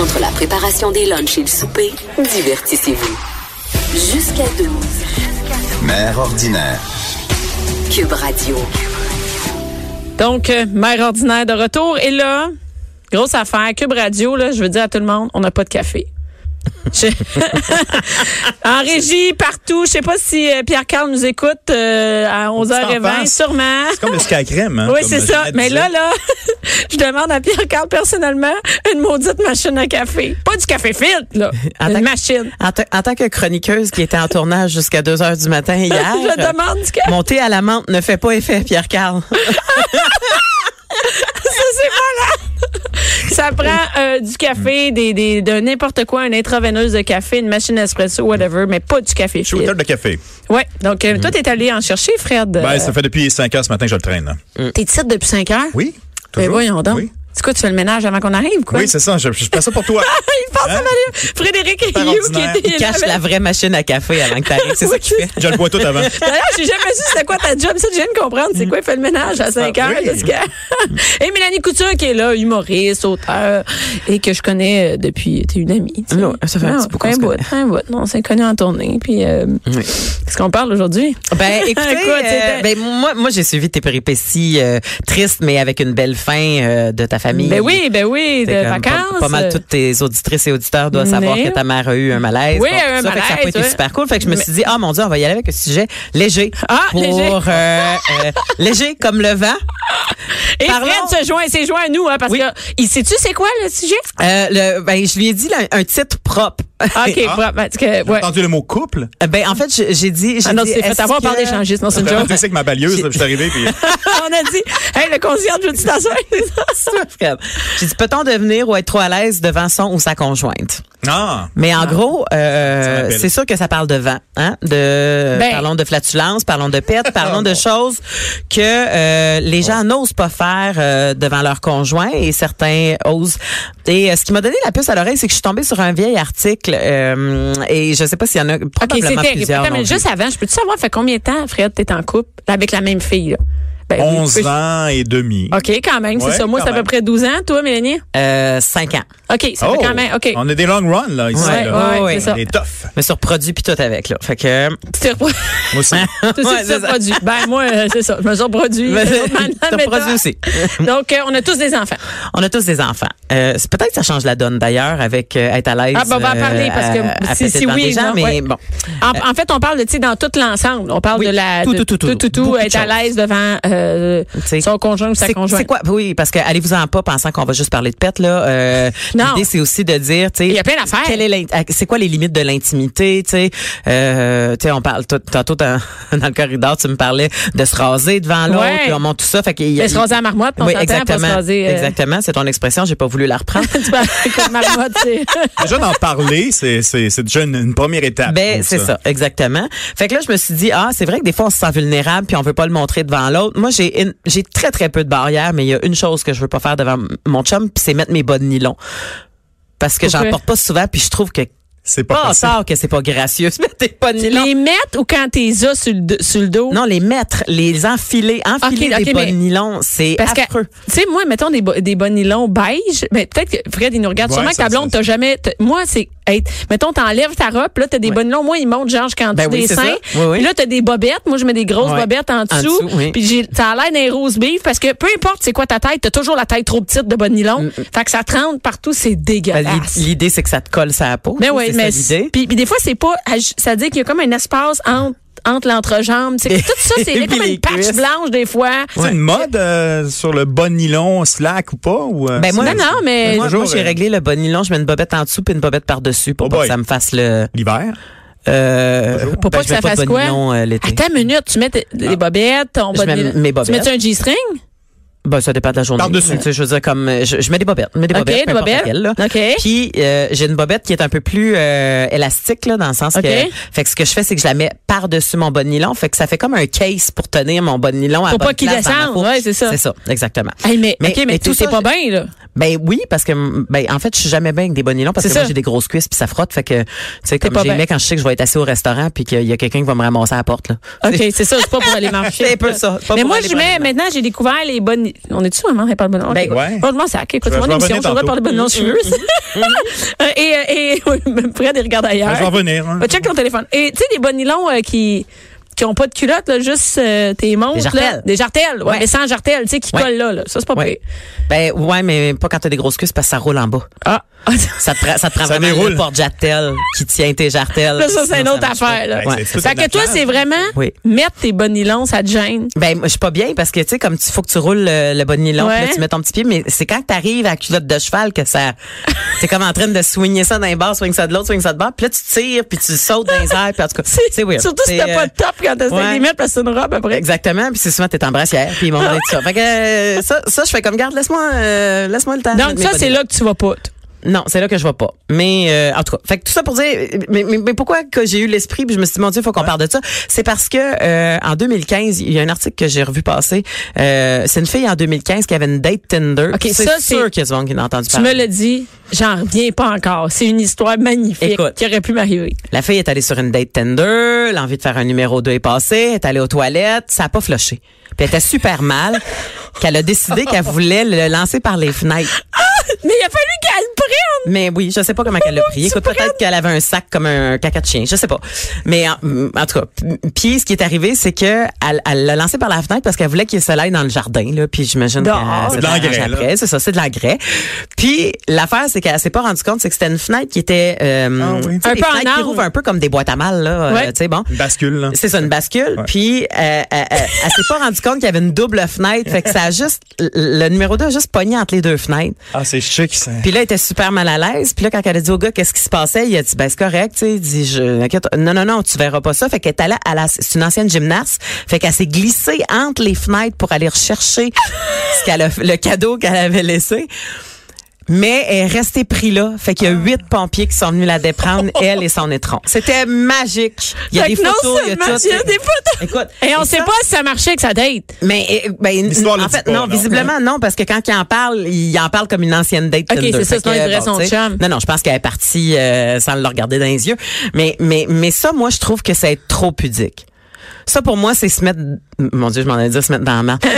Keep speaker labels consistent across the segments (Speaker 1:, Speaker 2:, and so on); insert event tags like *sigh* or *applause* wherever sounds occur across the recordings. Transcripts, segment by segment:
Speaker 1: Entre la préparation des lunchs et le souper, divertissez-vous. Jusqu'à 12.
Speaker 2: Mère ordinaire.
Speaker 1: Cube Radio.
Speaker 3: Donc, euh, mère ordinaire de retour. Et là, grosse affaire, Cube Radio, là, je veux dire à tout le monde, on n'a pas de café. *laughs*
Speaker 4: *laughs*
Speaker 3: Je- en régie, partout. Je sais pas si pierre carl nous écoute euh, à
Speaker 4: T'en
Speaker 3: 11h20,
Speaker 4: penses?
Speaker 3: sûrement.
Speaker 4: C'est comme le ski à crème. Hein,
Speaker 3: Oui,
Speaker 4: comme
Speaker 3: c'est ça.
Speaker 4: Jeannette
Speaker 3: Mais là,
Speaker 4: disait.
Speaker 3: là, *laughs* je demande à pierre carl personnellement une maudite machine à café. Pas du café filtre,
Speaker 4: *laughs*
Speaker 3: là.
Speaker 5: Attends.
Speaker 3: une machine.
Speaker 5: En, ta- en tant que chroniqueuse qui était en tournage jusqu'à 2 heures
Speaker 3: *laughs*
Speaker 5: du matin hier,
Speaker 3: je
Speaker 5: euh,
Speaker 3: demande du café.
Speaker 5: mon thé à la menthe ne fait pas effet, Pierre-Carl.
Speaker 3: Ça, c'est malade. Ça prend euh, du café, des, des, de n'importe quoi, une intraveineuse de café, une machine espresso, whatever, mais pas du café.
Speaker 4: Shooter de café.
Speaker 3: Oui, donc
Speaker 5: Mm.
Speaker 3: euh, toi, t'es allé en chercher, Fred.
Speaker 4: Ben,
Speaker 3: Euh,
Speaker 4: ça fait depuis 5 heures ce matin que je le traîne. hein.
Speaker 3: T'es de site depuis 5 heures?
Speaker 4: Oui.
Speaker 3: Ben
Speaker 4: toujours.
Speaker 3: voyons donc.
Speaker 4: Oui,
Speaker 3: C'est quoi, tu fais le ménage avant qu'on arrive, quoi? Ah, *laughs*
Speaker 4: Oui, c'est ça. Je, je fais ça pour toi.
Speaker 3: Il pense à
Speaker 4: Hein?
Speaker 3: Marie- Frédéric
Speaker 4: Super
Speaker 3: Ayou qui
Speaker 4: ordinaire.
Speaker 3: était
Speaker 5: Il cache
Speaker 3: là
Speaker 5: la
Speaker 3: avec-
Speaker 5: vraie machine à café avant que t'arrives. C'est ça qu'il fait.
Speaker 4: je le bois tout avant.
Speaker 3: *laughs* D'ailleurs, j'ai jamais su c'était quoi ta job. Ça, je viens de comprendre.
Speaker 5: Mm.
Speaker 3: C'est quoi, il fait le ménage à 5
Speaker 4: Ah,
Speaker 3: heures
Speaker 4: oui.
Speaker 3: jusqu'à- *laughs* Et Mélanie Couture qui est là, humoriste, auteur, et que je connais euh, depuis. T'es une amie. tu sais.
Speaker 5: Ouais, ça fait un
Speaker 3: Non,
Speaker 5: petit bout qu'on
Speaker 3: un
Speaker 5: se connaît.
Speaker 3: un bout. Non, on s'est connus en tournée. Puis, euh, qu'est-ce qu'on parle aujourd'hui? *laughs*
Speaker 5: Ben, écoutez,
Speaker 3: Quoi,
Speaker 5: euh,
Speaker 3: t'étais-
Speaker 5: ben, moi, moi j'ai suivi tes péripéties euh, tristes, mais avec une belle fin euh, de ta famille.
Speaker 3: Ben oui, ben oui,
Speaker 5: Fait
Speaker 3: de
Speaker 5: comme pas-
Speaker 3: vacances.
Speaker 5: Pas, mal toutes tes auditrices et auditeurs doivent savoir
Speaker 3: Mais-
Speaker 5: que ta mère a eu un malaise.
Speaker 3: Oui,
Speaker 5: bon, tout
Speaker 3: un
Speaker 5: ça, fait que ça a pas
Speaker 3: malaise,
Speaker 5: été
Speaker 3: ouais.
Speaker 5: super cool. Fait que je me
Speaker 3: Mais-
Speaker 5: suis dit, ah mon Dieu, on va y aller avec un sujet léger.
Speaker 3: Ah,
Speaker 5: pour,
Speaker 3: léger.
Speaker 5: euh, euh, léger comme le vent.
Speaker 3: Et
Speaker 5: Parlons-
Speaker 3: Fred se joint, s'est joint à nous, hein, parce
Speaker 5: Oui.
Speaker 3: que, il sait-tu c'est quoi le sujet?
Speaker 5: Euh, le, ben, je lui ai dit là, un titre propre.
Speaker 3: OK, propre, parce que,
Speaker 4: Ah. J'ai
Speaker 3: ouais.
Speaker 4: entendu le mot couple.
Speaker 5: *laughs* ben, en fait, je- j'ai dit. j'ai
Speaker 3: Ah non,
Speaker 5: dit,
Speaker 3: tu t'es fait
Speaker 5: est-ce
Speaker 3: avoir par
Speaker 5: que-
Speaker 3: des
Speaker 5: *laughs*
Speaker 3: changistes, non, c'est une
Speaker 4: J'ai *laughs*
Speaker 3: joke.
Speaker 4: entendu ça avec ma balieuse. là, Je suis arrivé.
Speaker 3: *laughs*
Speaker 4: Puis...
Speaker 3: On a dit, hey, le concierge, veux-tu
Speaker 5: *laughs*
Speaker 3: t'asseoir?
Speaker 5: Fred. J'ai dit, peut-on devenir ou être trop à l'aise devant son ou sa conjointe?
Speaker 4: Ah,
Speaker 5: Mais en gros, euh,
Speaker 4: m'appelle.
Speaker 5: c'est sûr que ça parle de vent. Hein? De,
Speaker 3: Ben. Oh,
Speaker 5: parlons de flatulence, parlons de
Speaker 3: *laughs*
Speaker 5: pète, parlons de choses que euh, les gens n'osent pas faire euh, devant leur conjoint et certains osent. Et euh, ce qui m'a donné la puce à l'oreille, c'est que je suis tombée sur un vieil article euh, et je sais pas s'il y en a
Speaker 3: OK, c'est
Speaker 5: probablement
Speaker 3: terrible.
Speaker 5: plusieurs.
Speaker 3: Attends,
Speaker 5: l'ont
Speaker 3: mais
Speaker 5: vu.
Speaker 3: juste avant, je peux-tu savoir, fait combien de temps, Fred, t'es en couple avec la même fille? Là? Ben, oui,
Speaker 4: 11
Speaker 3: peux-
Speaker 4: ans et demi.
Speaker 3: OK, quand même,
Speaker 4: Ouais,
Speaker 3: c'est ça. Moi,
Speaker 4: quand
Speaker 3: c'est à peu
Speaker 4: même.
Speaker 3: près 12 ans. Toi, Mélanie?
Speaker 5: Euh, cinq ans.
Speaker 3: OK, ça
Speaker 4: Oh,
Speaker 3: fait quand même. OK.
Speaker 4: On a des long runs, là, ici.
Speaker 5: Ouais,
Speaker 4: là.
Speaker 5: Oh, ouais, ouais,
Speaker 3: c'est ça.
Speaker 4: On est tough.
Speaker 5: Je me suis reproduit puis tout avec là.
Speaker 3: *laughs*
Speaker 5: Fait que
Speaker 3: Tu t'es
Speaker 5: *laughs*
Speaker 3: repro-
Speaker 4: Moi
Speaker 3: *laughs*
Speaker 4: aussi.
Speaker 3: tu sais, tu
Speaker 5: Ouais,
Speaker 3: t'es
Speaker 5: c'est ça. *laughs*
Speaker 3: reproduit. Ben, moi, euh, c'est ça. Je me suis reproduit.
Speaker 5: Mais-
Speaker 3: D'autres manières,
Speaker 5: t'as
Speaker 3: mais
Speaker 5: reproduit
Speaker 3: toi-
Speaker 5: aussi.
Speaker 3: Donc, euh, on a tous des enfants.
Speaker 5: On a tous des enfants. Euh, c'est- Peut-être que ça change la donne d'ailleurs avec euh, être à l'aise.
Speaker 3: Ah, ben, on va en
Speaker 5: euh,
Speaker 3: parler, parce que
Speaker 5: à- à
Speaker 3: si-
Speaker 5: fêter
Speaker 3: si
Speaker 5: devant
Speaker 3: oui,
Speaker 5: des gens,
Speaker 3: non,
Speaker 5: mais
Speaker 3: ouais.
Speaker 5: bon.
Speaker 3: En, en fait, on parle de, tu sais, dans tout l'ensemble. On parle
Speaker 5: Oui,
Speaker 3: de la.
Speaker 5: tout,
Speaker 3: de-
Speaker 5: tout, tout, tout. Beaucoup de
Speaker 3: être à
Speaker 5: choses.
Speaker 3: l'aise devant euh,
Speaker 5: Tu sais,
Speaker 3: son conjoint ou sa
Speaker 5: C'est-
Speaker 3: conjointe.
Speaker 5: C'est quoi? Oui, parce que allez-vous-en pas pensant qu'on va juste parler de pète, là. Euh,
Speaker 3: Non.
Speaker 5: L'idée, c'est aussi de dire, tu sais.
Speaker 3: Il y a plein d'affaires.
Speaker 5: quelle est l'int- à- C'est quoi les limites de l'intimité, tu sais? Euh, tu sais, on parle tout- tantôt dans, *laughs* dans le corridor, tu me parlais de se raser devant l'autre,
Speaker 3: Ouais.
Speaker 5: puis on monte tout ça. Fait qu'il y a-
Speaker 3: Mais se raser à marmotte, on
Speaker 5: oui,
Speaker 3: s'entend, pas se
Speaker 5: exactement.
Speaker 3: raser, euh,
Speaker 5: Exactement, c'est ton expression, j'ai pas voulu la reprendre.
Speaker 3: *laughs* Tu parles comme marmotte,
Speaker 5: *laughs*
Speaker 3: c'est-
Speaker 4: Déjà d'en parler, c'est c'est- c'est déjà une, une première étape. je
Speaker 5: Ben,
Speaker 4: trouve
Speaker 5: c'est ça. exactement. Fait que là, je me suis dit, ah, c'est vrai que des fois, on se sent vulnérable puis on veut pas le montrer devant l'autre. Moi, j'ai une- j'ai très, très peu de barrières, mais il y a une chose que je veux pas faire devant m- mon chum, puis c'est mettre mes bas de nylon. Parce que j'en
Speaker 3: Pourquoi?
Speaker 5: porte pas souvent, puis je trouve que
Speaker 4: C'est
Speaker 3: Ah,
Speaker 4: pas
Speaker 5: pas
Speaker 4: possible.
Speaker 5: ça que c'est pas gracieux de mettre tes bas de nylon.
Speaker 3: Les mettre ou quand t'es as sur le, sur le dos?
Speaker 5: Non, les mettre, les enfiler, enfiler
Speaker 3: Ok, ok,
Speaker 5: des bas de
Speaker 3: mais-
Speaker 5: nylon, c'est
Speaker 3: Parce que,
Speaker 5: affreux.
Speaker 3: tu sais, moi, mettons des, bo- des bas nylons beige, mais peut-être que Fred, il nous regarde
Speaker 4: Ouais,
Speaker 3: sûrement que
Speaker 4: ça,
Speaker 3: ta blonde,
Speaker 4: ça,
Speaker 3: t'as jamais, t'as- moi, c'est, hey, mettons, t'enlèves ta robe, là, t'as des bas nylons, moi, ils montent, genre, quand
Speaker 5: Ben oui,
Speaker 3: des
Speaker 5: c'est
Speaker 3: seins.
Speaker 5: ça. Oui, oui.
Speaker 3: Puis là, t'as des bobettes, moi, je mets des grosses
Speaker 5: Ouais.
Speaker 3: bobettes en
Speaker 5: En
Speaker 3: dessous.
Speaker 5: dessous, oui.
Speaker 3: Puis j'ai, ça a l'air d'un rose beef, parce que peu importe c'est quoi ta tête, t'as toujours la tête trop petite de bas de nylon. Fait que ça te rentre partout, c'est
Speaker 5: Mm, Ben, l'i-
Speaker 3: dégueulasse.
Speaker 5: L'idée, c'est que ça te colle sur la peau.
Speaker 3: Mais
Speaker 5: tu sais,
Speaker 3: oui,
Speaker 5: c'est
Speaker 3: mais
Speaker 5: ça, l'idée.
Speaker 3: puis, puis des fois c'est pas aj- ça dit qu'il y a comme un espace entre entre l'entrejambe,
Speaker 5: *laughs*
Speaker 3: tu sais, tout ça c'est il y a
Speaker 5: Puis
Speaker 3: comme
Speaker 5: les
Speaker 3: une patch
Speaker 5: cuisses.
Speaker 3: blanche des fois.
Speaker 4: C'est une mode euh, sur le bon nylon slack ou pas? Ou, euh,
Speaker 5: Ben, moi,
Speaker 4: c'est-
Speaker 3: Non, non, mais-
Speaker 5: Moi,
Speaker 4: Toujours,
Speaker 5: moi, j'ai
Speaker 4: euh,
Speaker 5: réglé le bas de nylon, je mets une bobette en dessous puis une bobette par-dessus pour
Speaker 4: Oh
Speaker 5: pas
Speaker 4: boy.
Speaker 5: que ça me fasse le...
Speaker 4: L'hiver.
Speaker 5: Euh,
Speaker 3: Pour pas
Speaker 5: ben,
Speaker 3: que
Speaker 5: je mets
Speaker 3: ça
Speaker 5: pas de
Speaker 3: fasse
Speaker 5: bas de
Speaker 3: quoi?
Speaker 5: nylon, euh, l'été. Ah.
Speaker 3: Attends une minute, tu mets tes- les bobettes, ton
Speaker 5: Je
Speaker 3: bas de
Speaker 5: mets
Speaker 3: nylon.
Speaker 5: mes
Speaker 3: Tu
Speaker 5: bobettes.
Speaker 3: mets un G-string
Speaker 5: Ben, ça dépend de la journée.
Speaker 4: Par-dessus.
Speaker 5: Tu sais, je veux dire, comme, euh, je, je mets des bobettes. Je mets des
Speaker 3: Ok,
Speaker 5: bobettes.
Speaker 3: des
Speaker 5: peu importe
Speaker 3: bobettes.
Speaker 5: laquelle, là.
Speaker 3: Ok.
Speaker 5: Puis, euh, j'ai une bobette qui est un peu plus euh, élastique, là, dans le sens
Speaker 3: Ok.
Speaker 5: que. Fait que ce que je fais, c'est que je la mets par-dessus mon bon nylon. Fait que ça fait comme un case pour tenir mon bon nylon à la
Speaker 3: pour pas
Speaker 5: bonne
Speaker 3: qu'ils
Speaker 5: place dans ma
Speaker 3: descendent.
Speaker 5: peau.
Speaker 3: Ouais, c'est ça.
Speaker 5: C'est ça, exactement.
Speaker 3: Hey, mais,
Speaker 5: Mais-
Speaker 3: OK, mais,
Speaker 5: mais
Speaker 3: tout
Speaker 5: tout
Speaker 3: c'est
Speaker 5: ça,
Speaker 3: pas
Speaker 5: *laughs*
Speaker 3: bien là.
Speaker 5: Ben oui, parce que ben en fait, je suis jamais bien avec des bonnets nylons parce
Speaker 3: C'est
Speaker 5: que moi
Speaker 3: ça.
Speaker 5: j'ai des grosses cuisses puis ça frotte fait que tu sais comme
Speaker 3: pas
Speaker 5: j'ai
Speaker 3: bien.
Speaker 5: aimé quand je sais que je vais être assis au restaurant puis qu'il y a quelqu'un qui va me ramasser à la porte là.
Speaker 3: OK, c'est ça, c'est pas pour aller marcher.
Speaker 5: *laughs* C'est un peu ça, c'est pas
Speaker 3: Mais
Speaker 5: pour
Speaker 3: moi,
Speaker 5: aller
Speaker 3: je mets,
Speaker 5: promener.
Speaker 3: maintenant, j'ai découvert les bonnes. On est-tu vraiment? On parle de bonnes. OK.
Speaker 5: Ben,
Speaker 4: ouais.
Speaker 3: Bon, je m'en sers. OK, écoute,
Speaker 4: Je vais-
Speaker 3: c'est mon
Speaker 4: je vais
Speaker 3: émission.
Speaker 4: revenir
Speaker 3: Je devrais
Speaker 4: tantôt.
Speaker 3: parler de bonnes. Je suis
Speaker 4: *laughs*
Speaker 3: heureuse. Et, *laughs* euh, et, *laughs* oui, même près des regards
Speaker 4: Je
Speaker 3: ailleurs.
Speaker 4: vais en venir. hein.
Speaker 3: Va Bah, check ton téléphone. Et tu sais, les bas nylons euh, qui qui ont pas de culotte, là, juste euh, tes montres.
Speaker 5: Des
Speaker 3: là.
Speaker 5: jartelles.
Speaker 3: Des jartelles, ouais,
Speaker 5: Ouais.
Speaker 3: mais sans jartelles, tu sais, qui
Speaker 5: Ouais.
Speaker 3: collent là, là. Ça, c'est pas
Speaker 5: Ouais.
Speaker 3: pire.
Speaker 5: Ben ouais, mais pas quand t'as des grosses cuisses parce que ça roule en bas.
Speaker 3: Ah. *laughs*
Speaker 5: Ça te prend, ça te prend
Speaker 4: Ça
Speaker 5: vraiment
Speaker 4: déroule.
Speaker 5: le porte-jartel qui tient tes jartelles.
Speaker 3: Là, ça, c'est une
Speaker 5: Sinon,
Speaker 3: autre
Speaker 5: marche pas.
Speaker 3: affaire. Là.
Speaker 4: Ben, c'est- c'est
Speaker 3: Fait
Speaker 4: tout
Speaker 3: que toi,
Speaker 4: notre
Speaker 3: c'est vraiment
Speaker 5: Oui.
Speaker 3: mettre tes bas nylons, ça te gêne.
Speaker 5: Ben, moi, je suis pas bien parce que, tu sais, comme tu faut que tu roules le, le bon nylon, puis
Speaker 3: Ouais.
Speaker 5: là, tu mets ton petit pied, mais c'est quand tu arrives à la culotte de cheval que ça. *laughs* T'es comme en train de swinguer ça d'un bord, swing ça de l'autre, swing ça de bord, puis là, tu tires, puis tu sautes dans les airs, puis
Speaker 3: *laughs*
Speaker 5: en tout cas, c'est weird.
Speaker 3: Surtout si
Speaker 5: C'est,
Speaker 3: t'as pas
Speaker 5: euh,
Speaker 3: de top quand t'as
Speaker 5: ouais.
Speaker 3: des mettre parce que c'est une robe après.
Speaker 5: Exactement, puis c'est souvent t'es en brassière, puis ils
Speaker 3: *laughs*
Speaker 5: m'ont donné tout ça. Fait que euh, ça, ça je fais comme garde, laisse-moi euh, laisse-moi le temps. de
Speaker 3: Donc,
Speaker 5: mettre
Speaker 3: ça,
Speaker 5: mes
Speaker 3: c'est
Speaker 5: bonnets.
Speaker 3: là que tu vas pas. t-
Speaker 5: Non, c'est là que je vois pas. Mais euh, en tout cas, fait que tout ça pour dire, mais, mais, mais pourquoi que j'ai eu l'esprit, puis je me suis dit mon Dieu, faut qu'on parle de ça. C'est parce que euh, en 2015, il y a un article que j'ai revu passer. Euh, c'est une fille en 2015 qui avait une date Tinder.
Speaker 3: Ok, ça,
Speaker 5: c'est
Speaker 3: c'est-
Speaker 5: sûr qu'il y a du monde qui n'a entendu
Speaker 3: Tu me
Speaker 5: parler.
Speaker 3: l'as dit, j'en reviens pas encore. C'est une histoire magnifique
Speaker 5: Écoute.
Speaker 3: qui aurait pu m'arriver.
Speaker 5: La fille est allée sur une date Tinder, l'envie de faire un numéro 2 est passée, elle est allée aux toilettes, ça a pas floché. Puis elle était super mal *laughs* qu'elle a décidé qu'elle voulait le lancer par les fenêtres.
Speaker 3: Ah! Mais il a fallu qu'elle le prenne.
Speaker 5: Mais oui, je sais pas comment elle l'a pris.
Speaker 3: Dieu,
Speaker 5: Écoute, peut-être qu'elle avait un sac comme un caca de chien, je sais pas. Mais en, en tout cas, p- puis ce qui est arrivé, c'est que elle elle l'a lancé par la fenêtre parce qu'elle voulait qu'il y ait soleil dans le jardin là, puis j'imagine
Speaker 3: Dehors.
Speaker 5: qu'elle
Speaker 4: De l'engrais,
Speaker 5: s'arrange
Speaker 4: là.
Speaker 5: après, c'est ça, c'est de l'engrais. Puis l'affaire c'est qu'elle s'est pas rendue compte c'est que c'était une fenêtre qui était euh,
Speaker 4: Ah oui.
Speaker 5: tu sais,
Speaker 3: Un
Speaker 5: des
Speaker 3: peu en
Speaker 5: fenêtres qui
Speaker 3: arbre.
Speaker 5: rouvent un peu comme des boîtes à mal là,
Speaker 3: Ouais.
Speaker 5: euh, tu sais bon.
Speaker 4: Une bascule. là.
Speaker 5: C'est ça, une bascule.
Speaker 4: Ouais.
Speaker 5: Puis, euh, euh, euh, elle s'est pas rendue compte qu'il y avait une double fenêtre. Fait que ça a juste, le numéro 2 a juste pogné entre les deux fenêtres.
Speaker 4: Ah, c'est chic, ça.
Speaker 5: Puis là, elle était super mal à l'aise. Puis là, quand elle a dit au gars qu'est-ce qui se passait, il a dit, ben, c'est correct, tu sais. Il dit, je, inquiète, non, non, non, tu verras pas ça. Fait qu'elle est allée à la, c'est une ancienne gymnaste. Fait qu'elle s'est glissée entre les fenêtres pour
Speaker 3: *laughs*
Speaker 5: aller rechercher ce qu'elle a, le cadeau qu'elle avait laissé. Mais elle est restée pris là. Fait
Speaker 3: Ah.
Speaker 5: qu'il y a huit pompiers qui sont venus
Speaker 3: *laughs*
Speaker 5: la déprendre, elle et son étron. C'était magique. Il y a
Speaker 3: Fait
Speaker 5: des
Speaker 3: que non
Speaker 5: photos, il y a
Speaker 3: seulement
Speaker 5: tout.
Speaker 3: il y a des photos.
Speaker 5: Écoute.
Speaker 3: Et on
Speaker 5: et
Speaker 3: sait
Speaker 5: ça-
Speaker 3: pas si ça marchait avec sa date.
Speaker 5: *laughs* mais eh, ben,
Speaker 4: L'histoire le
Speaker 5: en
Speaker 4: dit
Speaker 5: fait,
Speaker 4: pas,
Speaker 5: non,
Speaker 4: non?
Speaker 5: visiblement non, parce que quand il en parle, il en parle comme une ancienne date
Speaker 3: Ok,
Speaker 5: Tinder.
Speaker 3: c'est ça,
Speaker 5: Fait
Speaker 3: sinon
Speaker 5: que,
Speaker 3: il dirait son
Speaker 5: tu sais,
Speaker 3: chum.
Speaker 5: Non, non, je pense qu'elle est partie euh, sans le regarder dans les yeux. Mais, mais, mais ça, moi, je trouve que c'est être trop pudique. Ça, pour moi, c'est se mettre... Mon Dieu, je m'en ai dit se mettre dans la main.
Speaker 3: *laughs*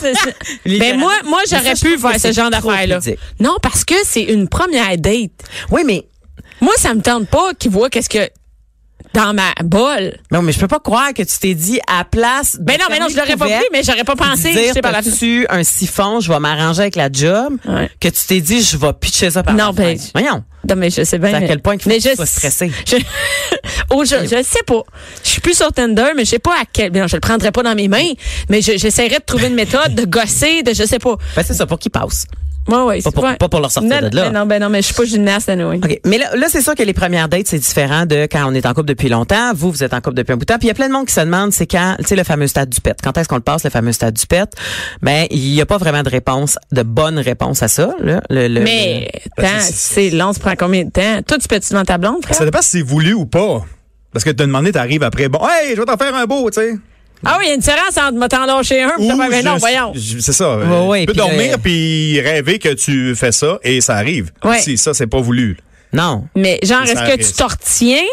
Speaker 3: C'est ça. ben moi, moi j'aurais
Speaker 5: Mais ça, je
Speaker 3: pu
Speaker 5: trouve
Speaker 3: faire
Speaker 5: que
Speaker 3: ce
Speaker 5: c'est
Speaker 3: genre
Speaker 5: trop
Speaker 3: d'affaires-là.
Speaker 5: pudique.
Speaker 3: Non, parce que c'est une première date.
Speaker 5: Oui, mais...
Speaker 3: Moi, ça me tente pas qu'ils voient qu'est-ce que dans ma bolle.
Speaker 5: Non, mais je peux pas croire que tu t'es dit à place... de
Speaker 3: Ben non, mais non, je l'aurais
Speaker 5: fermer le
Speaker 3: pas
Speaker 5: couvercle,
Speaker 3: pris, mais j'aurais pas pensé.
Speaker 5: dire,
Speaker 3: jeter par la fenêtre.
Speaker 5: tu un siphon, je vais m'arranger avec la job,
Speaker 3: Ouais.
Speaker 5: que tu t'es dit, je vais pitcher ça par
Speaker 3: Non,
Speaker 5: la
Speaker 3: ben,
Speaker 5: fenêtre. Voyons.
Speaker 3: Non, mais je sais bien.
Speaker 5: C'est à
Speaker 3: mais-
Speaker 5: quel point qu'il faut
Speaker 3: mais
Speaker 5: que tu
Speaker 3: je-
Speaker 5: sois stressé.
Speaker 3: *laughs* Je, oh, je, je sais pas. Je suis plus sur Tinder, mais je sais pas à quel. Non, je le prendrais pas dans mes mains, mais je- j'essaierais de trouver une méthode, de gosser, de je sais pas.
Speaker 5: Ben, c'est ça, pour qu'il passe.
Speaker 3: Moi, ouais, c'est
Speaker 5: pour- pas pour leur sortir
Speaker 3: non,
Speaker 5: de là.
Speaker 3: ben Non, ben non, mais je suis pas gymnaste, anyway.
Speaker 5: OK. Mais là, là, c'est sûr que les premières dates, c'est différent de quand on est en couple depuis longtemps. Vous, vous êtes en couple depuis un bout de temps. Puis il y a plein de monde qui se demande, c'est quand, tu sais, le fameux stade du pet. Quand est-ce qu'on le passe, le fameux stade du pet? Ben, il n'y a pas vraiment de réponse, de bonne réponse à ça, là. Le, le-
Speaker 3: Mais,
Speaker 5: le-
Speaker 3: attends, c'est long, ça prend combien de temps? Toi, tu peux-tu dans ta blonde, frère?
Speaker 4: Ça dépend si c'est voulu ou pas. Parce que te demander, t'arrives après, bon, hey, je vais t'en faire un beau, tu sais.
Speaker 3: Ah oui, il y a une différence entre me t'en lâcher un, pis t'as
Speaker 4: Ou
Speaker 3: pas- mais non,
Speaker 4: je-
Speaker 3: voyons.
Speaker 4: je- C'est ça. euh,
Speaker 5: Ouais, ouais,
Speaker 4: tu peux
Speaker 5: puis
Speaker 4: dormir
Speaker 5: le-
Speaker 4: puis rêver que tu fais ça et ça arrive.
Speaker 3: Ouais.
Speaker 4: Si ça, c'est pas voulu.
Speaker 5: Non.
Speaker 3: Mais genre,
Speaker 4: Ça
Speaker 3: est-ce que tu
Speaker 4: risque.
Speaker 3: t'en retiens?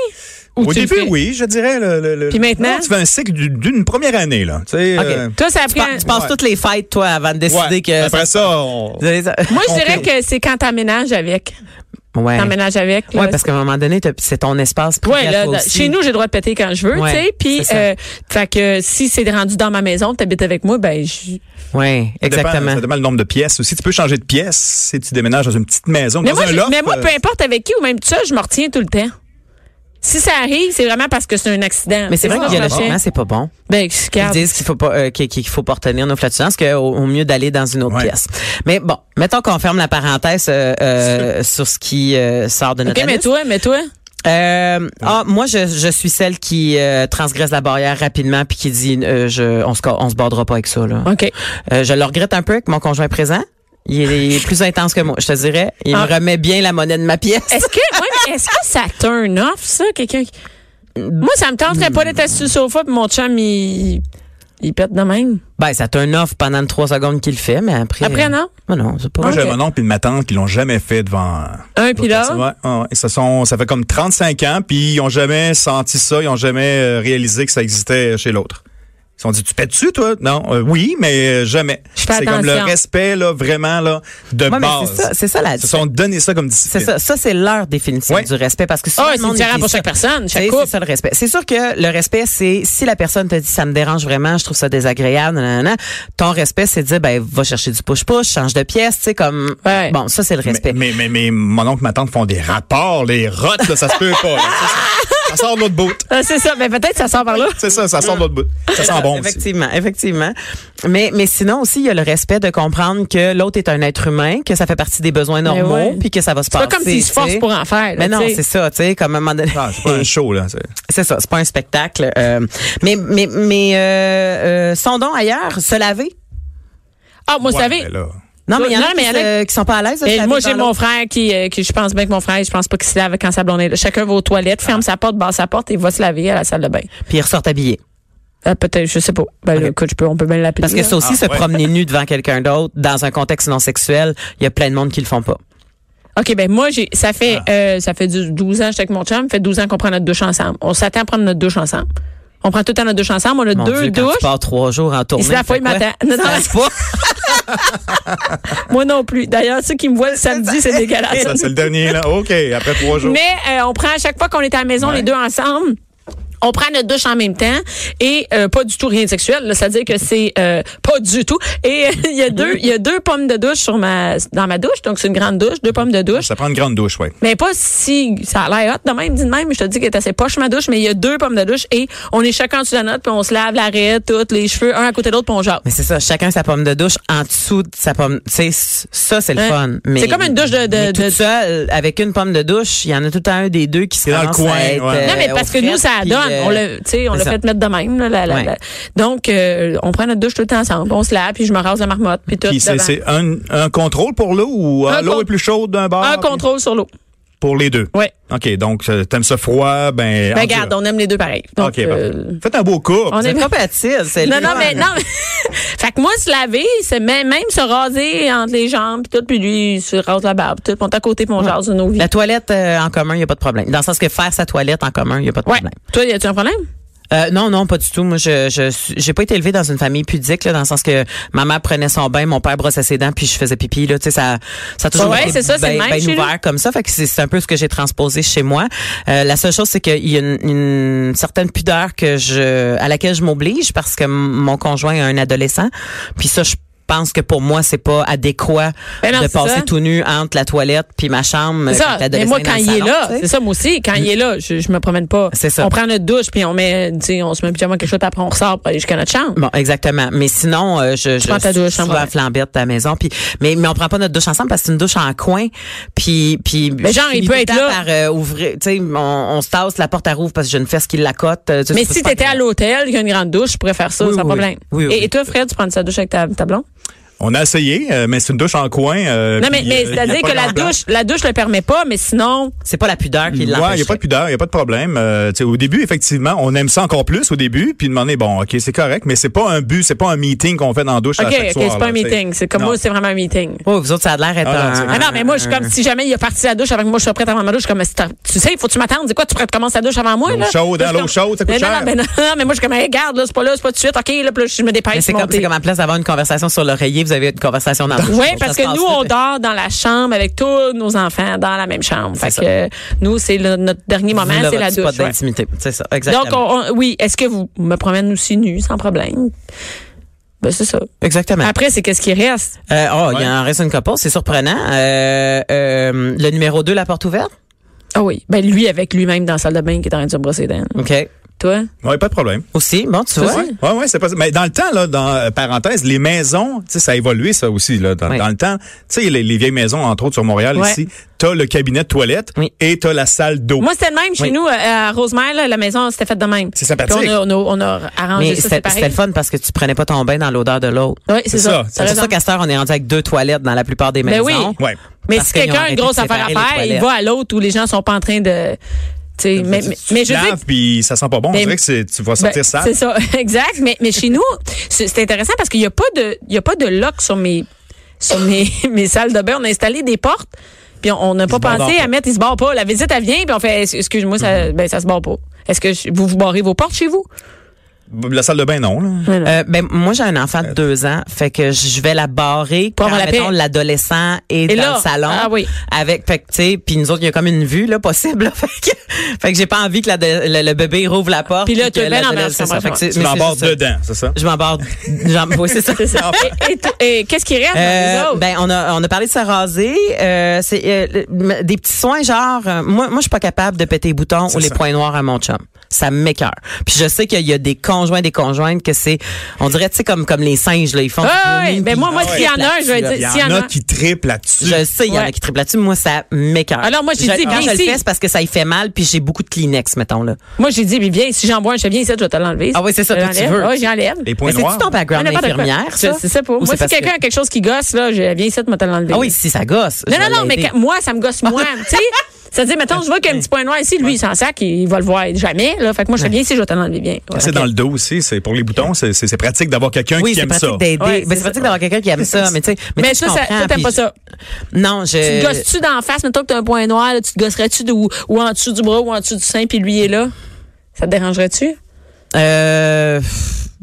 Speaker 3: Ou
Speaker 4: Au
Speaker 3: tu le
Speaker 4: début,
Speaker 3: fais?
Speaker 4: oui, je dirais. Le, le- le-
Speaker 3: Puis maintenant?
Speaker 4: Non, tu fais un cycle du- d'une première année, là. Tu sais,
Speaker 5: OK.
Speaker 4: euh,
Speaker 3: Toi, ça a
Speaker 5: Tu,
Speaker 3: pris
Speaker 5: pa-
Speaker 3: un-
Speaker 5: tu passes
Speaker 4: Ouais.
Speaker 5: toutes les fêtes, toi, avant de décider
Speaker 4: ouais.
Speaker 5: que.
Speaker 4: Après ça, on...
Speaker 3: Moi, je
Speaker 4: On
Speaker 3: dirais
Speaker 4: fait-
Speaker 3: que c'est quand t'emménages avec.
Speaker 5: Ouais.
Speaker 3: T'emménages avec. là,
Speaker 5: Ouais, parce qu'à un moment donné, t'as- c'est ton espace privé.
Speaker 3: Ouais,
Speaker 5: à
Speaker 3: là,
Speaker 5: toi
Speaker 3: là,
Speaker 5: aussi.
Speaker 3: chez nous, j'ai le droit de péter quand je veux,
Speaker 5: Ouais,
Speaker 3: tu sais. Puis,
Speaker 5: c'est ça.
Speaker 3: euh, fait que si c'est rendu dans ma maison, t'habites avec moi, ben, je...
Speaker 5: Ouais,
Speaker 4: Ça dépend-
Speaker 5: exactement.
Speaker 4: ça dépend le nombre de pièces aussi. Tu peux changer de pièce si tu déménages dans une petite maison.
Speaker 3: mais
Speaker 4: dans
Speaker 3: moi,
Speaker 4: un
Speaker 3: je-
Speaker 4: loft,
Speaker 3: mais moi,
Speaker 4: euh,
Speaker 3: peu importe avec qui ou même tout ça, je me retiens tout le temps. Si ça arrive, c'est vraiment parce que c'est un accident.
Speaker 5: Mais c'est vrai
Speaker 3: ça,
Speaker 5: qu'il y a
Speaker 3: je
Speaker 5: le
Speaker 3: retiens.
Speaker 5: c'est pas bon.
Speaker 3: Ben, je
Speaker 5: Ils
Speaker 3: garde.
Speaker 5: disent qu'il faut pas euh, qu'il qu'il faut pas retenir nos flatulences, qu'au au mieux d'aller dans une autre
Speaker 4: Ouais.
Speaker 5: pièce. Mais bon, mettons qu'on ferme la parenthèse euh,
Speaker 4: *laughs*
Speaker 5: euh, sur ce qui euh, sort de notre
Speaker 3: Ok, mais
Speaker 5: anus.
Speaker 3: toi, mais toi.
Speaker 5: Euh, ah, moi je, je suis celle qui euh, transgresse la barrière rapidement puis qui dit euh, je on se ca- on se bordera pas avec ça là.
Speaker 3: OK.
Speaker 5: Euh, je le regrette un peu que mon conjoint est présent. Il est, il est plus intense que moi, je te dirais. Il
Speaker 3: Ah. Eh.
Speaker 5: me remet bien la monnaie de ma pièce.
Speaker 3: Est-ce que, ouais, mais est-ce que ça turn off, ça, quelqu'un qui- Moi, ça me tenterait pas d'être assis sur le sofa puis mon chum, il Il pète de même.
Speaker 5: Ben, ça t'un-off pendant les trois secondes qu'il le fait, mais après.
Speaker 3: Après, non.
Speaker 5: Ben non, c'est pas.
Speaker 4: Moi,
Speaker 5: Ok.
Speaker 4: j'ai mon oncle et ma tante qui l'ont jamais fait devant.
Speaker 3: Un puis
Speaker 4: Ouais,
Speaker 3: là.
Speaker 4: ouais, ouais. Ce sont, ça fait comme 35 ans, puis ils ont jamais senti ça, ils ont jamais euh, réalisé que ça existait euh, chez l'autre. Ils se sont dit, tu pètes dessus, toi? Non, euh, oui, mais euh, jamais.
Speaker 3: Je fais
Speaker 4: C'est comme le
Speaker 3: attention.
Speaker 4: respect, là, vraiment, là, de
Speaker 5: Ouais, mais
Speaker 4: base.
Speaker 5: c'est ça, c'est ça la-
Speaker 4: Ils se sont donné ça comme
Speaker 5: C'est
Speaker 4: discipline.
Speaker 5: ça, ça c'est leur définition
Speaker 4: Ouais.
Speaker 5: du respect parce
Speaker 3: Ah,
Speaker 5: que souvent,
Speaker 3: c'est
Speaker 5: le monde
Speaker 3: différent
Speaker 5: dit
Speaker 3: pour
Speaker 5: ça.
Speaker 3: chaque personne, chaque
Speaker 5: C'est-
Speaker 3: couple.
Speaker 5: C'est ça le respect. C'est sûr que le respect, c'est si la personne te dit ça me dérange vraiment, je trouve ça désagréable, nanana, ton respect, c'est de dire ben va chercher du push-push, change de pièce, tu sais comme
Speaker 3: Ouais.
Speaker 5: bon ça c'est le respect.
Speaker 4: Mais, mais, mais, mais mon oncle et ma tante font des rapports, les rottes, là, ça se peut pas. là. Ça, ça- ça sort de l'autre bout.
Speaker 3: Ah, c'est ça. Mais peut-être que ça sort par là.
Speaker 4: C'est ça, ça sort de l'autre bout. Ça sent bon. aussi.
Speaker 5: Effectivement, effectivement. Mais, mais sinon aussi, il y a le respect de comprendre que l'autre est un être humain, que ça fait partie des besoins
Speaker 3: Mais
Speaker 5: normaux,
Speaker 3: ouais.
Speaker 5: puis que ça va se
Speaker 3: C'est pas
Speaker 5: passer.
Speaker 3: comme s'ils se
Speaker 5: tu sais.
Speaker 3: forcent pour en faire. là,
Speaker 5: Mais non,
Speaker 3: tu sais.
Speaker 5: c'est ça, tu sais, comme à un moment donné.
Speaker 4: Ah, c'est pas un show, là. c'est-
Speaker 5: *laughs* C'est ça, c'est pas un spectacle. euh, mais mais, mais euh, euh, sondons ailleurs, se laver.
Speaker 3: Ah, moi, vous
Speaker 4: Ouais,
Speaker 3: savez.
Speaker 4: mais là,
Speaker 5: Non, mais il y en
Speaker 3: Non,
Speaker 5: a,
Speaker 3: mais il
Speaker 5: qui,
Speaker 3: y en a-
Speaker 5: se- qui sont pas à l'aise. de se
Speaker 3: Et
Speaker 5: laver
Speaker 3: moi,
Speaker 5: dans
Speaker 3: j'ai
Speaker 5: l'eau.
Speaker 3: mon frère qui, euh, qui- je pense bien que mon frère, je pense pas qu'il se lave quand sa blonde est là. Chacun va aux toilettes, ferme
Speaker 5: Ah.
Speaker 3: sa porte, barre sa porte et va se laver à la salle de bain.
Speaker 5: Puis ils ressortent habillés.
Speaker 3: Euh, Peut-être, je sais pas. Ben, là,
Speaker 5: Ok.
Speaker 3: écoute, je peux, on peut bien l'appeler.
Speaker 5: Parce que
Speaker 3: là.
Speaker 5: ça aussi,
Speaker 4: Ah,
Speaker 5: se
Speaker 4: ouais.
Speaker 5: promener nu devant quelqu'un d'autre, dans un contexte non sexuel, il y a plein de monde qui le font pas.
Speaker 3: OK, ben moi, j'ai ça fait
Speaker 5: Ah.
Speaker 3: euh, ça fait du- 12 ans que j'étais avec mon chum, ça fait 12 ans qu'on prend notre douche ensemble. On s'attend à prendre notre douche ensemble. On prend tout le temps notre douche ensemble, on a
Speaker 5: Mon
Speaker 3: deux
Speaker 5: Dieu, quand tu
Speaker 3: douches.
Speaker 5: pars trois jours en tournée.
Speaker 3: se lave pas le
Speaker 5: tu fais quoi?
Speaker 3: matin. Non, non.
Speaker 5: Tu te laves pas.
Speaker 3: Moi non plus. D'ailleurs, ceux qui me
Speaker 5: *laughs*
Speaker 3: voient le samedi, c'est dégueulasse.
Speaker 4: Ça, c'est le dernier, là. OK, après trois
Speaker 5: Oh.
Speaker 4: jours.
Speaker 3: Mais euh, on prend à chaque fois qu'on est à la maison, les deux ensemble. On prend notre douche en même temps et euh, pas du tout rien de sexuel. là. C'est-à-dire que c'est euh, pas du tout. Et euh, il y a deux, il y a deux pommes de douche sur ma dans ma douche, donc c'est une grande douche, deux pommes de douche.
Speaker 4: Ça prend une grande douche, ouais.
Speaker 3: Mais pas si ça a l'air hot de même, dis de même, je te dis qu'elle est assez poche ma douche, mais il y a deux pommes de douche et on est chacun en dessous de la note, puis on se lave l'arrêt, toutes les cheveux, un à côté de l'autre, puis on jase.
Speaker 5: Mais c'est ça, chacun sa pomme de douche en dessous de sa pomme. Tu sais, c- ça, c'est le
Speaker 3: Ouais.
Speaker 5: fun.
Speaker 3: Hein? C'est
Speaker 5: Mais-
Speaker 3: comme une douche de- de-
Speaker 5: mais
Speaker 3: de-
Speaker 5: toute seule, avec une pomme de douche, il y en a tout le temps un des deux qui se
Speaker 4: C'est dans le
Speaker 5: ramasse
Speaker 4: coin,
Speaker 5: à être,
Speaker 4: ouais.
Speaker 5: euh,
Speaker 3: Non, mais parce
Speaker 5: au
Speaker 3: que nous,
Speaker 5: fret,
Speaker 3: ça
Speaker 5: puis,
Speaker 3: donne.
Speaker 5: euh,
Speaker 3: on l'a, tu sais, on
Speaker 5: c'est
Speaker 3: l'a
Speaker 5: ça.
Speaker 3: fait mettre de même. là, la- la-
Speaker 5: Ouais.
Speaker 3: la- Donc, euh, on prend notre douche tout le temps ensemble. On se lave, puis je me rase la marmotte, puis tout.
Speaker 4: Puis c'est
Speaker 3: devant.
Speaker 4: c'est un, un contrôle pour l'eau ou euh,
Speaker 3: Un
Speaker 4: l'eau
Speaker 3: con-
Speaker 4: est plus chaude d'un
Speaker 5: Ah,
Speaker 4: bar?
Speaker 3: Un
Speaker 4: puis-
Speaker 3: contrôle sur l'eau.
Speaker 4: Pour les deux.
Speaker 3: Ouais.
Speaker 4: OK, donc euh, t'aimes ça froid, ben.
Speaker 3: Ben,
Speaker 4: en
Speaker 3: regarde,
Speaker 4: dessous.
Speaker 3: on aime les deux pareils. Donc,
Speaker 4: OK, parfait.
Speaker 3: euh,
Speaker 4: Faites un beau couple.
Speaker 3: on
Speaker 5: C'est
Speaker 3: est vraiment-
Speaker 5: compatible, c'est
Speaker 3: Non,
Speaker 5: le
Speaker 3: non,
Speaker 5: fun.
Speaker 3: mais *laughs* non. fait que moi, se laver, c'est même, même se raser entre les jambes, puis tout, puis lui, il se rase la barbe, tout, puis on est à côté, puis on jase de nos vies.
Speaker 5: La toilette euh, en commun, il n'y a pas de problème. Dans le sens que faire sa toilette en commun, il n'y a pas de
Speaker 3: Ouais.
Speaker 5: problème.
Speaker 3: Toi, y a-tu un problème?
Speaker 5: Euh, non, non, pas du tout. Moi, je, je, suis- j'ai pas été élevée dans une famille pudique, là, dans le sens que ma mère prenait son bain, mon père brossait ses dents, puis je faisais pipi, là, tu sais, ça, ça a toujours
Speaker 3: Ouais,
Speaker 5: été
Speaker 3: c'est ça, c'est
Speaker 5: ben-
Speaker 3: le même
Speaker 5: ben
Speaker 3: chez nous.
Speaker 5: ouvert comme ça. Fait que c'est, c'est un peu ce que j'ai transposé chez moi. Euh, la seule chose, c'est qu'il y a une, une certaine pudeur que je, à laquelle je m'oblige parce que m- mon conjoint est un adolescent. Puis ça, je pense que pour moi, c'est pas adéquat
Speaker 3: Ben non,
Speaker 5: de
Speaker 3: c'est
Speaker 5: passer
Speaker 3: ça.
Speaker 5: tout nu entre la toilette puis ma chambre.
Speaker 3: C'est ça.
Speaker 5: quand l'adolescent
Speaker 3: Mais moi,
Speaker 5: est dans
Speaker 3: quand
Speaker 5: le
Speaker 3: il est
Speaker 5: salon,
Speaker 3: là,
Speaker 5: tu sais.
Speaker 3: c'est ça, moi aussi. Quand il est là, je, je me promène pas.
Speaker 5: C'est ça.
Speaker 3: On prend notre douche, puis on met, tu sais, on se met un pyjama, quelque chose, puis après, on ressort pour aller jusqu'à notre chambre.
Speaker 5: Bon, exactement. Mais sinon, euh, je, je
Speaker 3: prends ta douche,
Speaker 5: suis souvent
Speaker 3: hein, ouais.
Speaker 5: flambette à la maison. Puis, mais, mais on prend pas notre douche ensemble parce que c'est une douche en coin. Puis, puis
Speaker 3: Mais Ben, genre,
Speaker 5: je finis
Speaker 3: il peut
Speaker 5: tout le
Speaker 3: être
Speaker 5: temps
Speaker 3: là.
Speaker 5: Par, euh, ouvrir, tu sais, on, on se tasse, la porte à rouvre parce que j'ai une fesse qui la cote. euh, tu sais,
Speaker 3: Mais
Speaker 5: c'est
Speaker 3: si
Speaker 5: pas
Speaker 3: t'étais à
Speaker 5: grave.
Speaker 3: l'hôtel, qu'il y a une grande douche, je pourrais faire ça,
Speaker 5: Oui,
Speaker 3: sans
Speaker 5: oui, oui.
Speaker 3: problème.
Speaker 5: Oui, oui,
Speaker 3: Et, et
Speaker 5: oui.
Speaker 3: toi, Fred, tu prends sa douche avec ta, ta blonde?
Speaker 4: On a essayé, euh, mais c'est une douche en coin. euh,
Speaker 3: non, mais,
Speaker 4: puis,
Speaker 3: mais
Speaker 4: euh, y a
Speaker 3: c'est-à-dire
Speaker 4: pas
Speaker 3: que la
Speaker 4: grand plan.
Speaker 3: douche, la douche le permet pas, mais sinon,
Speaker 5: C'est pas la pudeur qui
Speaker 4: Ouais, il n'y a
Speaker 5: l'empêcherait.
Speaker 4: pas de pudeur, il n'y a pas de problème. Euh, tu sais, au début, effectivement, on aime ça encore plus au début, puis demander, bon, OK, c'est correct, mais c'est pas un but, c'est pas un meeting qu'on fait dans la douche à
Speaker 3: OK,
Speaker 4: chaque
Speaker 3: OK,
Speaker 4: soir,
Speaker 3: c'est pas
Speaker 4: là,
Speaker 3: un
Speaker 4: tu sais.
Speaker 3: meeting. C'est comme
Speaker 4: Non.
Speaker 3: moi, c'est vraiment un meeting.
Speaker 5: Oh, vous autres, ça a l'air être
Speaker 4: Ah, non,
Speaker 5: un,
Speaker 4: c'est-
Speaker 3: Ah non, mais moi, je suis comme si jamais il a parti la douche avec moi, je suis prête avant ma douche. Je suis Comme, si t'as- tu sais, il faut que tu m'attendes. Dis quoi, tu pourrais te commencer la douche avant moi?
Speaker 4: L'eau
Speaker 3: là?
Speaker 4: chaude,
Speaker 3: Là,
Speaker 4: hein,
Speaker 3: je suis
Speaker 4: l'eau
Speaker 3: comme-
Speaker 4: chaude, ça coûte
Speaker 3: Mais non,
Speaker 4: cher.
Speaker 3: Non, mais non, non, mais moi, je suis comme, hey, regarde, là, c'est pas là, c'est pas tout de suite. OK, là, puis là, je me
Speaker 5: Mais
Speaker 3: dépêche.
Speaker 5: c'est
Speaker 3: mon
Speaker 5: comme, c'est
Speaker 3: petit.
Speaker 5: comme à place d'avoir une conversation sur l'oreiller, vous avez une conversation dans la douche.
Speaker 3: Oui,
Speaker 5: Ça
Speaker 3: parce
Speaker 5: se
Speaker 3: que
Speaker 5: passe
Speaker 3: nous,
Speaker 5: là.
Speaker 3: on dort dans la chambre avec tous nos enfants dans la même chambre. Fait
Speaker 5: C'est
Speaker 3: que euh, nous, c'est le- notre dernier
Speaker 5: Vous
Speaker 3: moment, c'est la
Speaker 5: n'aurez-tu
Speaker 3: douche.
Speaker 5: pas
Speaker 3: ouais.
Speaker 5: d'intimité. C'est ça, exactement.
Speaker 3: Donc, on- on- oui, est-ce que vous me promène aussi nu, sans problème? Ben, c'est ça.
Speaker 5: Exactement.
Speaker 3: Après, c'est qu'est-ce qui reste?
Speaker 5: Euh, oh, il
Speaker 4: Ouais.
Speaker 5: y en reste une couple, c'est surprenant. Euh, euh, le numéro 2, la porte ouverte?
Speaker 3: Ah oui. Ben, lui avec lui-même dans la salle de bain qui est en train de se brosser les dents.
Speaker 5: OK.
Speaker 3: Toi?
Speaker 4: Ouais, pas de problème.
Speaker 5: Aussi, bon, tu
Speaker 3: Ça,
Speaker 5: vois.
Speaker 3: c'est-
Speaker 4: Oui, oui, c'est pas Mais dans le temps, là, dans euh, parenthèse, les maisons, tu sais, ça a évolué, ça aussi, là. Dans,
Speaker 5: Oui.
Speaker 4: dans le temps, tu sais, les, les vieilles maisons, entre autres sur Montréal,
Speaker 3: Ouais.
Speaker 4: ici, t'as le cabinet de toilette
Speaker 5: Oui.
Speaker 4: et t'as la salle d'eau.
Speaker 3: Moi, c'était le même chez
Speaker 4: Oui.
Speaker 3: nous, euh, à Rosemère, là, la maison, c'était faite de même.
Speaker 4: C'est sympathique.
Speaker 3: Puis On a, on a- on a arrangé
Speaker 5: Mais
Speaker 3: Ah, ça
Speaker 5: c'était
Speaker 3: séparé.
Speaker 5: c'était le fun parce que tu prenais pas ton bain dans l'odeur de l'autre.
Speaker 3: Oui, c'est
Speaker 4: C'est
Speaker 3: ça.
Speaker 4: ça.
Speaker 3: T'as
Speaker 4: C'est
Speaker 5: C'est pour
Speaker 3: raison.
Speaker 5: ça qu'à cette heure, on est rendu avec deux toilettes dans la plupart des
Speaker 3: Ben
Speaker 5: maisons.
Speaker 3: oui.
Speaker 4: Ouais.
Speaker 3: Mais
Speaker 5: Parce
Speaker 3: si
Speaker 5: qu'ils ont
Speaker 3: quelqu'un a une
Speaker 5: arrêté
Speaker 3: grosse
Speaker 5: de
Speaker 3: affaire à
Speaker 5: séparer les
Speaker 3: faire, il
Speaker 5: toilettes.
Speaker 3: va à l'autre où les gens sont pas en train de Tu sais, mais,
Speaker 4: Tu-
Speaker 3: mais,
Speaker 4: tu
Speaker 3: mais
Speaker 4: te
Speaker 3: je sais
Speaker 4: laves, puis ça sent pas bon.
Speaker 3: Mais-
Speaker 4: on dirait que c'est- tu vas
Speaker 3: Ben,
Speaker 4: sentir ça.
Speaker 3: C'est ça, *laughs* exact. Mais, mais chez nous, c'est c'est intéressant parce qu'il n'y a pas de, il y a pas de lock sur mes, sur mes, *laughs* mes salles de bain. On a installé des portes, puis on on n'a pas
Speaker 4: se barrent
Speaker 3: pensé
Speaker 4: pas.
Speaker 3: à mettre, ils se barrent pas. La visite, elle vient, puis on fait, excuse-moi,
Speaker 5: Mm-hmm.
Speaker 3: ça, ben, ça se barre pas. Est-ce que je- vous vous barrez vos portes
Speaker 5: *laughs*
Speaker 3: chez vous?
Speaker 4: La salle de bain, non. Là.
Speaker 5: Euh, ben, moi, j'ai un enfant de deux ans. Fait que je vais la barrer
Speaker 3: Pour
Speaker 5: quand,
Speaker 3: avoir la
Speaker 5: mettons,
Speaker 3: paix.
Speaker 5: l'adolescent est
Speaker 3: Et
Speaker 5: dans
Speaker 3: là,
Speaker 5: le salon.
Speaker 3: ah oui.
Speaker 5: Avec, fait que, tu sais, puis nous autres, il y a comme une vue, là, possible, là. *laughs* Fait que, fait que j'ai pas envie que l'ado- le, le bébé rouvre la porte.
Speaker 3: Puis là,
Speaker 5: que
Speaker 3: t'es ben en
Speaker 5: l'adolescent-
Speaker 3: merde, je comprends,
Speaker 5: Fait que c'est-
Speaker 4: Tu
Speaker 5: mais c'est
Speaker 4: l'embarques
Speaker 5: ça.
Speaker 4: dedans, c'est ça?
Speaker 5: Je m'embarre. j'en- oui,
Speaker 3: *laughs*
Speaker 5: c'est ça.
Speaker 3: Et, et- et qu'est-ce qui reste
Speaker 5: Euh,
Speaker 3: dans les autres?
Speaker 5: ben on a on a parlé de se raser euh, c'est euh, le- m- des petits soins genre euh, moi moi je suis pas capable de péter les boutons ou les
Speaker 4: ça.
Speaker 5: points noirs à mon chum ça m'écœure puis je sais qu'il y a des conjoints des conjointes que c'est on dirait tu sais comme comme les singes là ils font
Speaker 3: Ah
Speaker 5: du
Speaker 3: ouais,
Speaker 5: vomi,
Speaker 3: ben
Speaker 5: puis
Speaker 3: moi, moi,
Speaker 5: ils
Speaker 3: s'il y en a un, je vais
Speaker 5: là.
Speaker 4: Il y
Speaker 3: dire- s'il y
Speaker 4: en
Speaker 3: en
Speaker 4: a
Speaker 3: a-
Speaker 4: qui trippent là-dessus.
Speaker 5: je sais, il y en a
Speaker 3: Ouais.
Speaker 5: qui triplent là-dessus, mais moi, ça m'écœure.
Speaker 3: Alors, moi, j'ai
Speaker 5: Je-
Speaker 3: dit,
Speaker 5: quand je
Speaker 3: viens
Speaker 5: le
Speaker 3: ici.
Speaker 5: fais, c'est parce que ça y fait mal, puis j'ai beaucoup de Kleenex, mettons, là.
Speaker 3: Moi, j'ai dit, mais viens, si j'en bois un, je viens ici, je vais te l'enlever.
Speaker 5: Ah oui, c'est ça,
Speaker 3: Je
Speaker 5: toi, tu
Speaker 3: l'enlève.
Speaker 5: veux.
Speaker 3: Ah, j'enlève.
Speaker 4: Les points
Speaker 5: Mais
Speaker 4: noirs.
Speaker 5: c'est-tu ton
Speaker 3: Ah,
Speaker 5: background
Speaker 3: n'importe quoi.
Speaker 5: d'infirmière, ça?
Speaker 3: Je- C'est ça
Speaker 5: Ou
Speaker 3: pour. Moi,
Speaker 5: c'est
Speaker 3: si
Speaker 5: parce
Speaker 3: quelqu'un
Speaker 5: que-
Speaker 3: a quelque chose qui gosse, là, je viens ici, je vais te l'enlever.
Speaker 5: Ah oui, si ça gosse.
Speaker 3: Non,
Speaker 5: je vais
Speaker 3: non, non, mais
Speaker 5: l'aider.
Speaker 3: quand- moi, ça me gosse moi. tu
Speaker 5: *laughs*
Speaker 3: sais, c'est-à-dire, mettons, je vois qu'il y a un petit point noir ici, lui, il s'en sac, il, il va le voir jamais. Là, fait que moi, je sais bien si je vais t'en enlever bien. Ouais.
Speaker 4: C'est dans le dos aussi, c'est pour les boutons, c'est- c'est c'est pratique d'avoir quelqu'un
Speaker 5: Oui,
Speaker 4: qui
Speaker 5: c'est
Speaker 4: aime ça.
Speaker 5: pratique
Speaker 3: Ouais,
Speaker 5: d'aider. ben,
Speaker 3: c'est
Speaker 5: c'est
Speaker 3: ça.
Speaker 5: pratique d'avoir quelqu'un qui aime ça, mais tu sais.
Speaker 3: Mais
Speaker 5: tu sais,
Speaker 3: ça,
Speaker 5: je
Speaker 3: ça-
Speaker 5: comprends,
Speaker 3: toi, t'aimes
Speaker 5: puis
Speaker 3: pas
Speaker 5: je- Euh,
Speaker 3: ça.
Speaker 5: Non,
Speaker 3: Tu
Speaker 5: je.
Speaker 3: te gosses-tu d'en face, mettons que t'as un point noir, là, tu te gosserais-tu de- ou, ou en dessous du bras ou en dessous du sein, puis lui est là? Ça te dérangerait-tu?
Speaker 5: Euh,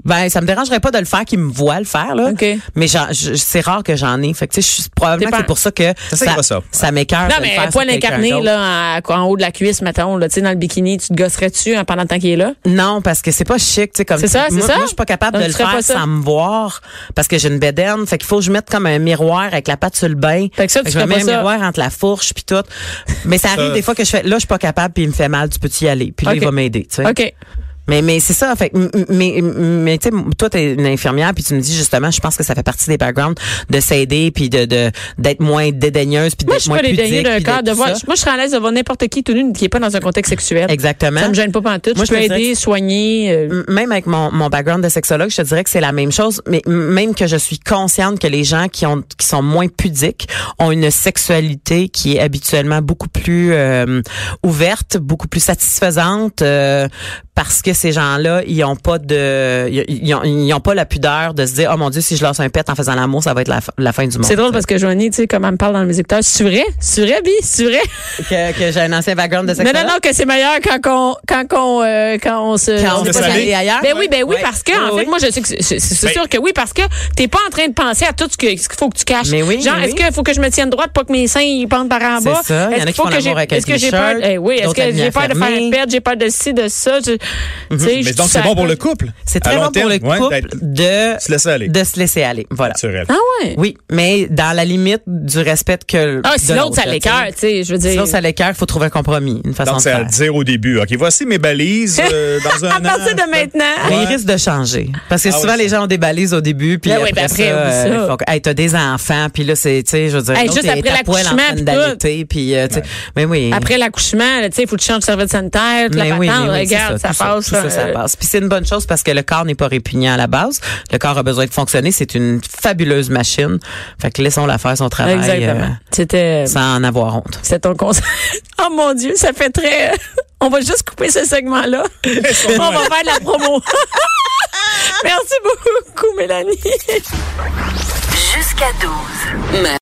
Speaker 5: ben, ça me dérangerait pas de le faire, qu'il me voit le faire, là.
Speaker 3: OK.
Speaker 5: Mais j'en- je- c'est rare que j'en ai. Fait que, tu sais, je suis
Speaker 3: C'est
Speaker 5: probablement
Speaker 3: pas-
Speaker 5: que c'est pour ça que
Speaker 4: C'est ça qui va ça.
Speaker 5: ça m'écœure.
Speaker 3: Non,
Speaker 5: de Ah, le
Speaker 3: mais
Speaker 5: faire
Speaker 3: un
Speaker 5: sur
Speaker 3: poil
Speaker 5: quelqu'un
Speaker 3: incarné,
Speaker 5: d'autre.
Speaker 3: là, en, en haut de la cuisse, mettons, là, tu sais, dans le bikini, tu te gosserais-tu hein, pendant le temps qu'il est là?
Speaker 5: Non, parce que c'est pas chic, tu sais, comme.
Speaker 3: C'est ça, c'est
Speaker 5: moi,
Speaker 3: ça?
Speaker 5: Moi, je suis pas capable
Speaker 3: Donc,
Speaker 5: de
Speaker 3: tu
Speaker 5: le
Speaker 3: ferais
Speaker 5: faire
Speaker 3: pas ça?
Speaker 5: sans me voir, parce que j'ai une bédaine. Fait qu'il faut que je mette comme un miroir avec la patte sur le bain.
Speaker 3: Fait que ça, tu
Speaker 5: je me
Speaker 3: ferais
Speaker 5: mets
Speaker 3: pas
Speaker 5: un
Speaker 3: ça.
Speaker 5: miroir entre la fourche puis tout. Mais ça arrive
Speaker 4: Ça-
Speaker 5: des fois que je fais, là, je suis pas capable puis il me fait mal, tu peux y aller. Puis là,
Speaker 3: OK.
Speaker 5: il va m'aider, tu sais.
Speaker 3: OK.
Speaker 5: Mais mais c'est ça fait que m- m- mais mais tu sais toi t'es une infirmière puis tu me dis justement je pense que ça fait partie des backgrounds de s'aider puis de de d'être moins dédaigneuse puis
Speaker 3: Moi,
Speaker 5: d'être
Speaker 3: je suis
Speaker 5: moins
Speaker 3: pas les derniers
Speaker 5: pudique,
Speaker 3: d'un
Speaker 5: puis
Speaker 3: corps.
Speaker 5: de
Speaker 3: De
Speaker 5: tout
Speaker 3: voir,
Speaker 5: ça.
Speaker 3: moi, je serais à l'aise de voir n'importe qui tout nu qui n'est pas dans un contexte sexuel.
Speaker 5: Exactement.
Speaker 3: Ça me gêne pas pantoute.
Speaker 5: Moi,
Speaker 3: je peux
Speaker 5: je te dirais
Speaker 3: aider,
Speaker 5: que-
Speaker 3: soigner. euh,
Speaker 5: M- même avec mon, mon background de sexologue, je te dirais que c'est la même chose, mais m- même que je suis consciente que les gens qui ont qui sont moins pudiques ont une sexualité qui est habituellement beaucoup plus euh, ouverte, beaucoup plus satisfaisante euh, parce que ces gens-là, ils ont pas de ils, ils ont, ils ont pas la pudeur de se dire oh mon dieu, si je lance un pet en faisant l'amour, ça va être la, f- la fin du monde.
Speaker 3: C'est drôle parce que Joanie, tu sais, comme elle me parle dans mes écouteurs, c'est vrai, c'est vrai, Bi, c'est vrai.
Speaker 5: que, que j'ai un ancien background de
Speaker 3: Non,
Speaker 5: sexologue.
Speaker 3: non, non, que c'est meilleur quand qu'on, quand qu'on, euh, quand on se.
Speaker 5: Quand on
Speaker 3: se
Speaker 5: veut
Speaker 4: peut
Speaker 3: passe-
Speaker 4: s'aller
Speaker 5: ailleurs.
Speaker 3: Ben oui, ben oui,
Speaker 5: Ouais.
Speaker 3: parce que,
Speaker 5: Oui,
Speaker 3: en
Speaker 5: oui.
Speaker 3: fait, moi, je sais que c'est- c'est c'est
Speaker 4: Ben-
Speaker 3: sûr que oui, parce que t'es pas en train de penser à tout ce que- ce qu'il faut que tu caches.
Speaker 5: Mais oui,
Speaker 3: Genre,
Speaker 5: mais
Speaker 3: est-ce
Speaker 5: oui.
Speaker 3: qu'il faut que je me tienne droite pour que mes seins, ils pendent par en
Speaker 5: C'est
Speaker 3: bas?
Speaker 5: ça. Il y en
Speaker 3: Est-ce
Speaker 5: a
Speaker 3: qu'il
Speaker 5: qui
Speaker 3: faut
Speaker 5: font
Speaker 3: que
Speaker 5: l'amour
Speaker 3: j'ai-
Speaker 5: avec un
Speaker 3: Est-ce que j'ai peur?
Speaker 5: t-shirt,
Speaker 3: eh oui, est-ce
Speaker 5: d'autres Mhm.
Speaker 3: que j'ai
Speaker 5: habillés
Speaker 3: peur de faire une
Speaker 5: fermés.
Speaker 3: perte? J'ai peur de ci, de ça? Je- Tu sais,
Speaker 4: Mais
Speaker 3: je
Speaker 4: donc,
Speaker 3: suis
Speaker 4: c'est bon
Speaker 3: à-
Speaker 4: pour le couple.
Speaker 5: C'est
Speaker 4: À
Speaker 5: très
Speaker 4: long
Speaker 5: bon pour
Speaker 4: terme,
Speaker 5: le
Speaker 4: ouais,
Speaker 5: couple
Speaker 4: d'être
Speaker 5: de
Speaker 4: se laisser aller.
Speaker 5: de se laisser aller. Voilà.
Speaker 4: naturel.
Speaker 3: Ah ouais?
Speaker 5: Oui, mais dans la limite du respect que.
Speaker 3: Ah,
Speaker 5: de
Speaker 3: si l'autre, ça
Speaker 5: là,
Speaker 3: l'écœure, tu sais, je veux dire.
Speaker 5: Si l'autre, ça l'écœure, il faut trouver un compromis, une façon
Speaker 4: Donc,
Speaker 5: de
Speaker 4: c'est à
Speaker 5: faire.
Speaker 4: dire au début. OK, voici mes balises euh,
Speaker 3: *laughs*
Speaker 4: dans un
Speaker 3: *laughs* À partir
Speaker 4: an.
Speaker 3: de maintenant.
Speaker 5: Mais
Speaker 4: Ouais.
Speaker 5: Ah, il risque de changer. Parce que
Speaker 4: Ah oui,
Speaker 5: souvent,
Speaker 4: ça.
Speaker 5: les gens ont des balises au début, puis
Speaker 3: Ben oui,
Speaker 5: après,
Speaker 3: ben après,
Speaker 5: ça,
Speaker 3: oublie ça.
Speaker 5: euh, ils font que, hey, t'as des enfants, puis là, c'est, tu sais, je veux dire,
Speaker 3: Hey,
Speaker 5: l'autre
Speaker 3: juste
Speaker 5: est
Speaker 3: après
Speaker 5: à poil en train
Speaker 3: l'accouchement, puis
Speaker 5: d'allaiter, puis, euh, tu sais, mais oui.
Speaker 3: Après l'accouchement, là, tu sais, il faut que tu changes de serviette sanitaire, toute la
Speaker 5: mais
Speaker 3: patente,
Speaker 5: Ben oui, mais oui, c'est
Speaker 3: regarde, ça,
Speaker 5: tout
Speaker 3: passe.
Speaker 5: tout ça, ça
Speaker 3: euh,
Speaker 5: passe. Puis c'est une bonne chose parce que le corps n'est pas répugnant à la base. Le corps a besoin de fonctionner. C'est une fabuleuse machine. Fait que laissons-la faire son travail
Speaker 3: Exactement.
Speaker 5: euh,
Speaker 3: C'était
Speaker 5: sans en avoir honte.
Speaker 3: c'est ton conseil. *laughs* oh mon Dieu, ça fait très. *laughs* On va juste couper ce segment-là.
Speaker 5: *laughs*
Speaker 3: On va faire de la promo. *laughs* Merci beaucoup, Mélanie.
Speaker 1: Jusqu'à 12.